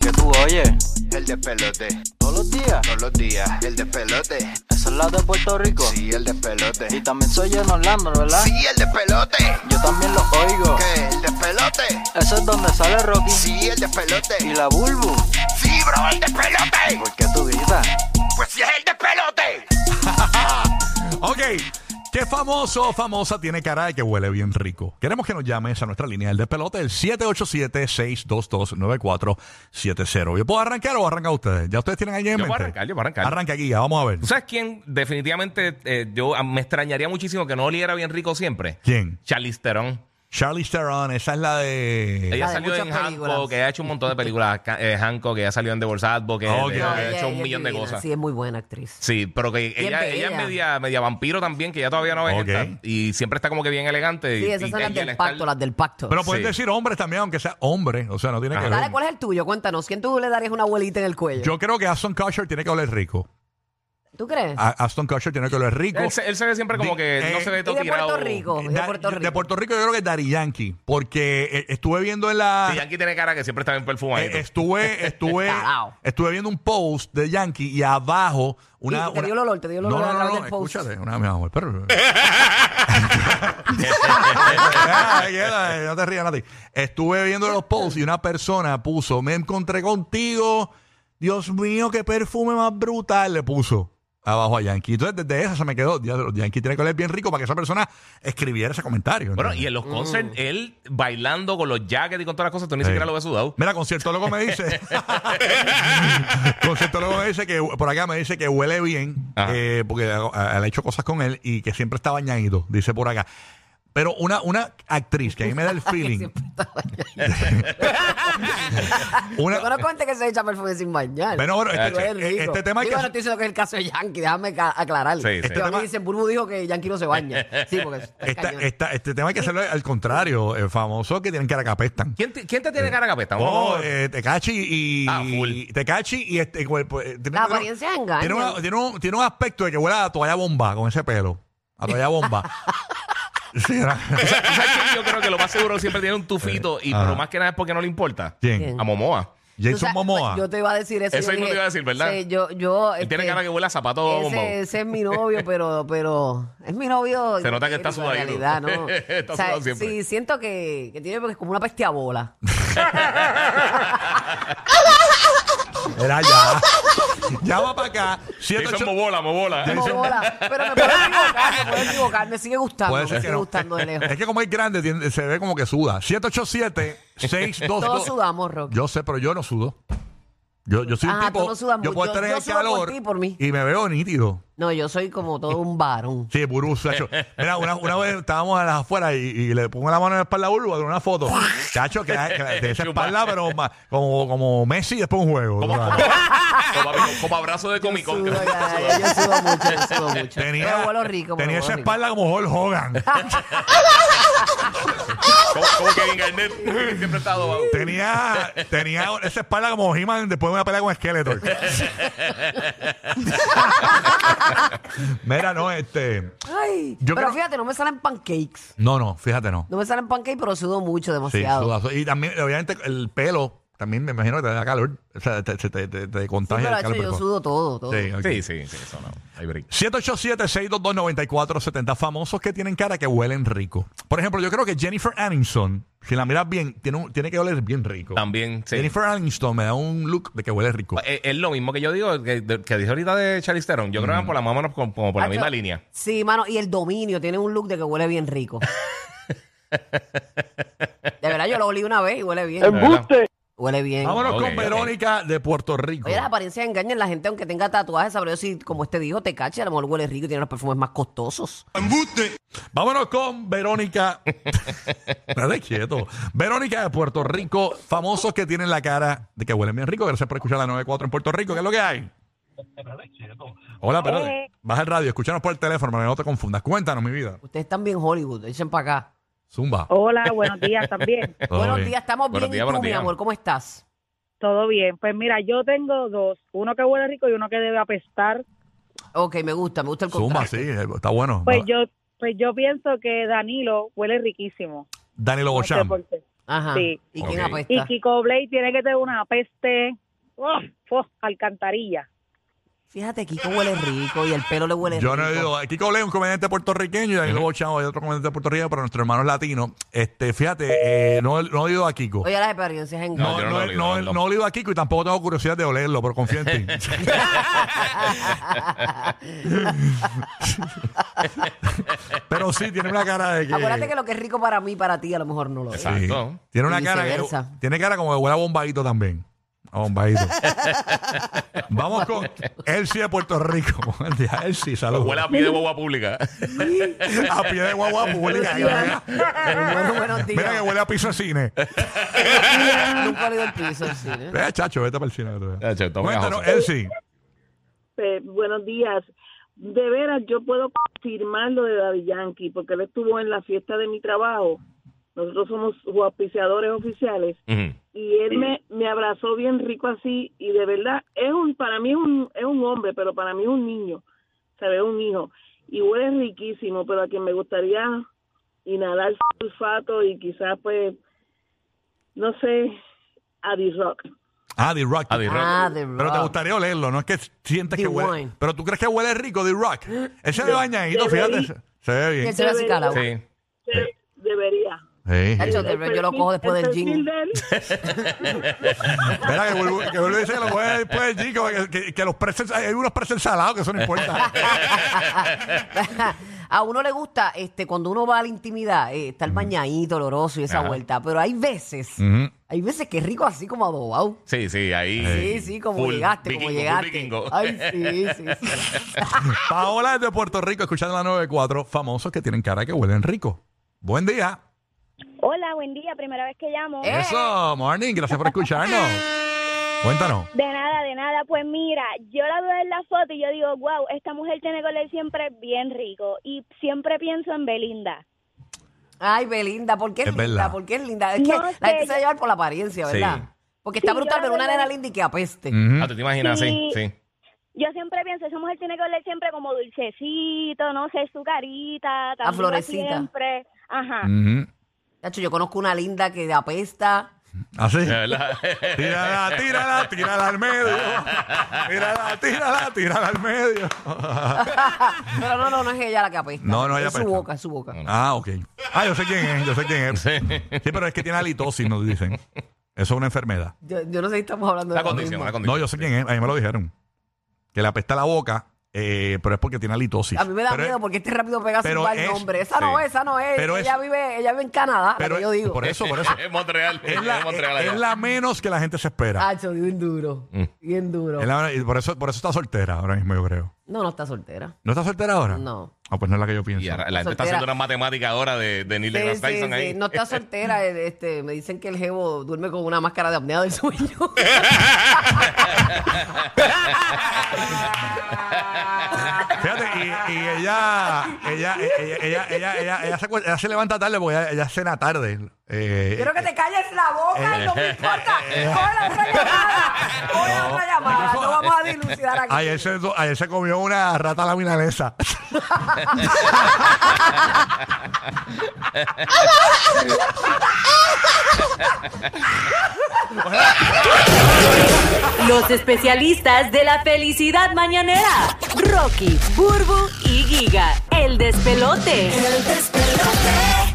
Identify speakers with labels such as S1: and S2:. S1: que tú oyes
S2: El despelote,
S1: todos los días.
S2: todos los días. El despelote,
S1: Eso es la de Puerto Rico.
S2: sí, el despelote.
S1: Y también soy en Orlando, ¿verdad?
S2: Sí, el despelote.
S1: Yo también los oigo.
S2: ¿Qué? El despelote.
S1: Eso es donde sale Rocky
S2: Sí, el
S1: y
S2: despelote.
S1: la Bulbu.
S2: Sí, bro, el despelote.
S1: ¿Por qué tú gritas?
S2: Pues sí, es el despelote.
S3: Ok. ¿Qué famoso o famosa tiene cara de que huele bien rico? Queremos que nos llames a nuestra línea del despelote, el 787-622-9470. ¿Yo puedo arrancar o arranca ustedes? ¿Ya ustedes tienen alguien en
S4: Yo
S3: mente?
S4: puedo arrancar, yo puedo arrancar.
S3: Arranca aquí, ya, vamos a ver.
S4: ¿Tú sabes quién? Definitivamente, eh, yo ah, me extrañaría muchísimo que no oliera bien rico siempre.
S3: ¿Quién?
S4: Charlize Theron.
S3: Charlie Theron, esa es la de...
S4: Ella
S5: de
S4: salió
S5: muchas
S4: en
S5: películas.
S4: Hancock, que ella ha hecho un montón de películas. Ca- eh, Hancock, que ella salió en The Wolf's Advocate, que
S3: Oh, Ok.
S4: que
S3: No,
S4: ha
S5: ella-
S4: hecho un
S5: ella es
S4: millón de
S5: divina,
S4: cosas.
S5: Sí, es muy buena actriz.
S4: Sí, pero que ella,
S5: bella.
S4: ella es media, media vampiro también, que ya todavía no es
S3: Ok.
S4: esta, Y siempre está como que bien elegante. y-
S5: Sí, esas
S4: y-
S5: son
S4: y
S5: las
S4: el
S5: del
S4: estar-
S5: pacto, las del pacto.
S3: Pero puedes
S4: Sí.
S3: decir hombre también, aunque sea hombre. O sea, no tiene
S4: Ajá.
S3: que
S5: Dale,
S3: ver.
S5: ¿cuál es el tuyo? Cuéntanos. ¿Quién tú le darías una abuelita en el cuello?
S3: Yo creo que Aston Kutcher tiene que oler rico.
S5: ¿Tú crees?
S4: Ah,
S3: A- Aston Kutcher tiene que oler rico.
S4: Él, se- él se ve siempre como
S3: Di-
S4: que no
S3: eh,
S4: se ve
S3: y
S4: todo
S5: de Puerto
S4: tirado.
S5: Rico.
S3: Eh,
S5: de
S3: Da-
S5: Puerto Rico.
S3: De Puerto Rico yo creo que es Daddy Yankee, porque eh, estuve viendo en la...
S4: Sí, Yankee tiene cara que siempre está bien perfumadito.
S3: Eh, estuve, estuve,
S5: Tarao.
S3: estuve viendo un post de Yankee y abajo una.
S5: Sí, te
S3: una-
S5: dio el olor, te dio el olor
S3: No,
S5: a
S3: no, no, no,
S5: través del post.
S3: Escúchate, una mi amor, pero. Ah, queda, eh, no te rías, Nati. Estuve viendo los posts y una persona puso, me encontré contigo. Dios mío, qué perfume más brutal le puso abajo a Yankee. Entonces, desde esa se me quedó. ya, los Yankee tiene que oler bien rico para que esa persona escribiera ese comentario.
S4: Bueno,
S3: ¿entiendes?
S4: y en los
S5: Mm.
S4: concerts, él bailando con los jackets y con todas las cosas, tú ni siquiera lo ves sudado.
S3: Mira, conciertólogo me dice. conciertólogo me dice que por acá me dice que huele bien,
S4: Ajá.
S3: eh, porque ha- ha- le he hecho cosas con él y que siempre está bañadito, dice por acá. Pero una, una actriz que a mí me da el feeling.
S5: Siempre está bañada. Yo
S3: una,
S5: conozco gente que se echa perfume sin bañar.
S3: Bueno, bueno, este-
S5: Pero es
S3: eh,
S5: rico.
S3: este tema hay
S5: Digo,
S3: que-
S5: no estoy diciendo que es el caso de Yankee, déjame ca- aclarar.
S4: Sí, sí. Este
S5: Que van
S3: tema-
S5: y dicen, Burbu dijo que Yankee no se baña. Sí, porque es- es
S3: esta-
S5: cañón.
S3: esta- este tema hay que hacerlo al contrario, el famoso que tienen cara que apestan.
S4: ¿Quién te, quién te tiene cara capeta?
S3: Oh,
S4: Vamos,
S3: eh, Tecachi y.
S4: Ah, full.
S3: Tecachi y este. cuerpo, eh, tiene-
S5: La apariencia engaña.
S3: Tiene, una- tiene un, tiene un aspecto de que huele a toalla bomba con ese pelo. A toalla bomba. Sí, era-
S4: ¿Tú sabes quién? Yo creo que lo más seguro siempre tiene un tufito, y
S3: Eh. ajá.
S4: pero más que nada es porque no le importa.
S3: ¿Quién?
S5: ¿Quién?
S4: A Momoa.
S5: Tú
S3: Jason
S5: sabes,
S3: Momoa.
S5: Yo te iba a decir eso.
S4: Eso
S5: yo
S4: mismo
S5: dije,
S4: te iba a decir, ¿verdad?
S5: sí, yo, yo,
S4: Él tiene
S5: este,
S4: cara que huele a zapato bombado.
S5: Ese, ese es mi novio, pero, pero es mi novio.
S4: Se nota que está
S5: en
S4: sudadito.
S5: realidad, ¿no?
S4: Está sudado siempre.
S5: Sí, siento que, que tiene porque es como una peste a bola.
S3: Era ya. Llama para acá.
S4: Te
S3: 78
S4: hizo mobola, mobola.
S5: Como bola. Pero me puedo equivocar, me puedo equivocar. Me sigue gustando,
S3: Ah, Puede
S5: me
S3: ser que
S5: sigue
S3: no.
S5: gustando de lejos.
S3: Es que como es grande, tiene- se ve como que suda. 787 622
S5: Todos sudamos, Rocky.
S3: Yo sé, pero yo no sudo. Yo, yo soy un
S5: Ah,
S3: tipo.
S5: tú no sudas
S3: yo
S5: mucho.
S3: puedo estar en
S5: Yo
S3: el
S5: sudo por
S3: calor
S5: ti, por mí.
S3: y me veo nítido.
S5: No, yo soy como todo un varón.
S3: Sí, Burú, Sacho. Mira, una, una vez estábamos a las afueras y, y le pongo la mano en la espalda a Burbu a tomar una foto. Chacho, que, que de esa espalda, pero ma- como, como Messi después de un juego.
S4: Como,
S3: ¿sabes?
S4: como, como- como abrazo de Comic Con.
S5: Sudo, ya, ya, yo sudo mucho, yo sudo mucho.
S3: Tenía,
S5: pero vuelo rico. pero
S3: tenía
S5: huelo
S3: esa
S5: rico.
S3: espalda como Hulk Hogan.
S4: Como, como Kevin Garnett. que Siempre está adobado.
S3: tenía, tenía esa espalda como He-Man después de una pelea con Skeletor. Mira, no, este.
S5: Ay,
S3: Yo
S5: pero
S3: creo-
S5: fíjate, no me salen pancakes.
S3: No, no, fíjate, no.
S5: No me salen pancakes, pero sudo mucho,
S3: Sí,
S5: demasiado.
S3: sudazo. Y también, obviamente, el pelo. También me imagino que te da calor. O sea, te, te, te, te- te
S5: Sí,
S3: contagia
S5: pero
S3: el
S5: hecho,
S3: calor.
S5: yo
S3: precoz.
S5: sudo todo, todo.
S3: Sí, ok.
S4: Sí, sí, sí, eso no. Hay break.
S3: 787-622-9470. Famosos que tienen cara que huelen rico. Por ejemplo, yo creo que Jennifer Aniston, si la miras bien, tiene, un- tiene que oler bien rico.
S4: También, sí. Eh,
S3: Jennifer Aniston me da un look de que huele rico.
S4: Es, es lo mismo que yo digo, que, de- que dije ahorita de Charlize Theron.
S3: Mm.
S4: Yo creo que por la más o menos como, como por la
S5: Hacho,
S4: misma línea.
S5: Sí, mano, y el dominio tiene un look de que huele bien rico. De verdad, yo lo olí una vez y huele bien. Huele bien.
S3: Vámonos
S4: Ok,
S3: con
S4: ok.
S3: Verónica de Puerto Rico.
S5: Oye, las apariencias engañan la gente, aunque tenga tatuajes, sabré yo si, como este dijo, te cache, a lo mejor huele rico y tiene los perfumes más costosos.
S3: Vámonos con Verónica. Dale quieto. Verónica de Puerto Rico, famosos que tienen la cara de que huelen bien rico. Gracias por escuchar la 94 en Puerto Rico. ¿Qué es lo que hay?
S6: Eh.
S3: Hola, espérate. Baja el radio, escúchanos por el teléfono para que no te confundas. Cuéntanos, mi vida.
S5: Ustedes están bien Hollywood, echen para acá.
S3: Zumba.
S6: Hola, buenos días también.
S3: Todo
S5: Oh, buenos
S3: bien.
S5: días, estamos
S4: Buenos
S5: bien.
S4: días,
S5: ¿Y tú,
S4: buenos
S5: mi
S4: días.
S5: amor, cómo estás?
S6: Todo bien. Pues mira, yo tengo dos. Uno que huele rico y uno que debe apestar.
S5: Ok, me gusta, me gusta el
S3: Zumba,
S5: contraste.
S3: sí, eh, está bueno.
S6: Pues yo, pues yo pienso que Danilo huele riquísimo.
S3: Danilo
S6: No sé
S3: Bocham.
S6: por qué.
S5: Ajá.
S6: Sí.
S5: ¿Y
S6: Y
S4: Ok.
S5: quién
S7: Ah.
S5: apesta?
S6: Kiko Blade tiene que tener una peste, ¡oh! ¡fo! alcantarilla.
S5: Fíjate, Kiko huele rico y el pelo le huele
S3: Yo
S5: rico.
S3: no he oído. Kiko Lee es un comediante puertorriqueño y Danilo Bochado es otro comediante puertorriqueño, pero nuestro hermano es latino. Este, fíjate, eh, no, no he oído a Kiko.
S5: Oye, las experiencias en
S3: No,
S4: yo no
S3: no,
S4: lo he
S3: no,
S4: oído,
S3: no,
S4: no.
S3: no he olido a Kiko y tampoco tengo curiosidad de olerlo, pero confío en ti. pero sí, tiene una cara de que.
S5: Acuérdate que lo que es rico para mí, para ti, a lo mejor no lo es.
S3: Sí.
S4: Exacto.
S3: Tiene
S5: Y
S3: una cara que-
S5: viceversa.
S3: Tiene cara como de huele a bombadito también. A bombadito. Vamos con Elsie de Puerto Rico. Buen día, Elsie, saludos.
S4: Huele a pie de boba pública.
S3: A pie de guagua, pues huele a-
S5: Bueno, buenos días.
S3: Mira que huele a piso de cine.
S5: Nunca he oído el piso del cine.
S3: Eh, chacho, vete para el cine otra vez.
S4: Chacho, está
S3: Cuéntanos,
S4: pegajoso.
S3: Elsie.
S7: Eh, buenos días. De veras, yo puedo confirmar lo de Daddy Yankee, porque él estuvo en la fiesta de mi trabajo. Nosotros somos sus auspiciadores oficiales.
S4: Ujú.
S7: Y él me, me abrazó bien rico así. Y de verdad, es un para mí es un, es un hombre, pero para mí es un niño. ¿Sabes? Un hijo. Y huele riquísimo, pero a quien me gustaría inhalar su olfato y quizás, pues, no sé, a D-Rock.
S3: Ah, The Rock.
S4: Ah, The Rock.
S5: Ah, de
S3: Pero te gustaría olerlo, no es que sientas
S5: The
S3: que huele.
S5: Wine.
S3: Pero tú crees que huele rico, The Rock. Ese de bañadito, fíjate. se- Se ve bien.
S5: él se ve así calado.
S4: Sí.
S7: De- debería.
S3: Sí, sí.
S5: Chacho,
S7: El
S5: yo lo
S7: perfil-
S5: cojo después
S7: el
S5: del
S7: perfil
S5: gym.
S7: de él,
S3: Espera, que vuelvo, que vuelvo y dice que lo huele después del chico. Que, que- que los pretzels, hay unos pretzels salados que eso no importa.
S5: a uno le gusta, este, cuando uno va a la intimidad, eh, estar bañadito, doloroso y esa
S4: Ajá.
S5: vuelta. Pero hay veces,
S3: Ujú.
S5: hay veces que es rico así como adobado.
S4: Sí, sí, ahí.
S5: Sí, sí, como
S4: Full
S5: llegaste,
S4: vikingo,
S5: como
S4: full
S5: llegaste.
S4: vikingo.
S5: Ay, sí, sí, sí.
S3: Paola es de Puerto Rico, escuchando la 94, famosos que tienen cara que huelen rico. Buen día.
S8: Hola, buen día, primera vez que llamo.
S5: ¡Eh!
S3: Eso, morning, gracias por escucharnos. Cuéntanos.
S8: De nada, de nada. Pues mira, yo la veo en la foto y yo digo, wow, esta mujer tiene que oler siempre bien rico. Y siempre pienso en Belinda.
S5: Ay, Belinda, ¿por qué es,
S3: Es
S5: linda?
S3: verdad.
S5: ¿Por qué es linda? Es que
S8: No
S5: la gente
S8: sé,
S5: se va a llevar por la apariencia,
S4: Sí.
S5: ¿verdad? Porque está
S8: Sí,
S5: brutal
S8: yo la
S5: ver una
S8: verdad-
S5: nena linda y que apeste.
S3: Ujú.
S4: Ah, ¿tú te imaginas? Sí,
S8: Sí.
S4: sí.
S8: Yo siempre pienso, esa mujer tiene que oler siempre como dulcecito, no sé, su carita.
S9: Ah,
S8: también va
S5: florecita.
S8: Siempre. Ajá.
S3: Ujú.
S5: Chacho, yo conozco una linda que apesta.
S3: Así.
S4: De verdad.
S3: ¿Ah, Tírala, tírala, tírala al medio. Tírala, tírala, tírala al medio.
S5: Pero no, no, no es ella la que apesta.
S3: No, no, ella
S5: Es su
S3: apesta.
S5: boca, es su boca.
S3: Ah, ok. Ah, yo sé quién es, yo sé quién es. Sí, pero es que tiene halitosis, nos dicen. Eso es una enfermedad.
S5: Yo, yo no sé si estamos hablando de
S4: Una
S5: la
S4: condición, una
S3: No,
S4: condición.
S3: yo sé quién es, a mí me lo dijeron. Que le apesta la boca, eh, pero es porque tiene halitosis.
S5: A mí me da
S3: Pero es-
S5: miedo porque este rápido pega sin
S3: pero
S5: par
S3: es-
S5: nombre. Esa no
S4: sí.
S5: es, esa no es.
S3: Pero
S5: ella,
S3: es-
S5: vive, ella vive en Canadá,
S3: pero
S5: la que yo
S3: es-
S5: digo.
S3: Por eso, por eso.
S4: Es Montreal.
S3: Es la,
S4: Es Montreal.
S3: es
S4: allá.
S3: la menos que la gente se espera.
S5: Hacho, bien duro. Bien duro.
S3: Mm. Es la- y por, eso, por eso está soltera ahora mismo, yo creo.
S5: No, no está soltera.
S3: ¿No está soltera ahora?
S5: No.
S3: Ah, pues no es la que yo pienso.
S4: Y ahora la gente está
S5: Soltera.
S4: haciendo una matemática ahora de, de Neil deGrasse
S5: Sí, sí,
S4: Tyson
S5: sí.
S4: ahí.
S5: No está soltera. eh, Este, me dicen que el jevo duerme con una máscara de apnea del sueño.
S3: Fíjate, y, y ella, ella, ella, ella, ella, ella- ella se, acuer- ella se levanta tarde porque ella, ella cena tarde. Eh,
S5: Quiero que te calles la boca y no me importa. Coge la otra llamada. Coge la otra llamada. No vamos a dilucidar aquí.
S3: eh, Ayer se, ayer se comió una rata a la milanesa.
S9: Los especialistas de la felicidad mañanera. Rocky, Burbu y Giga. El despelote. El despelote.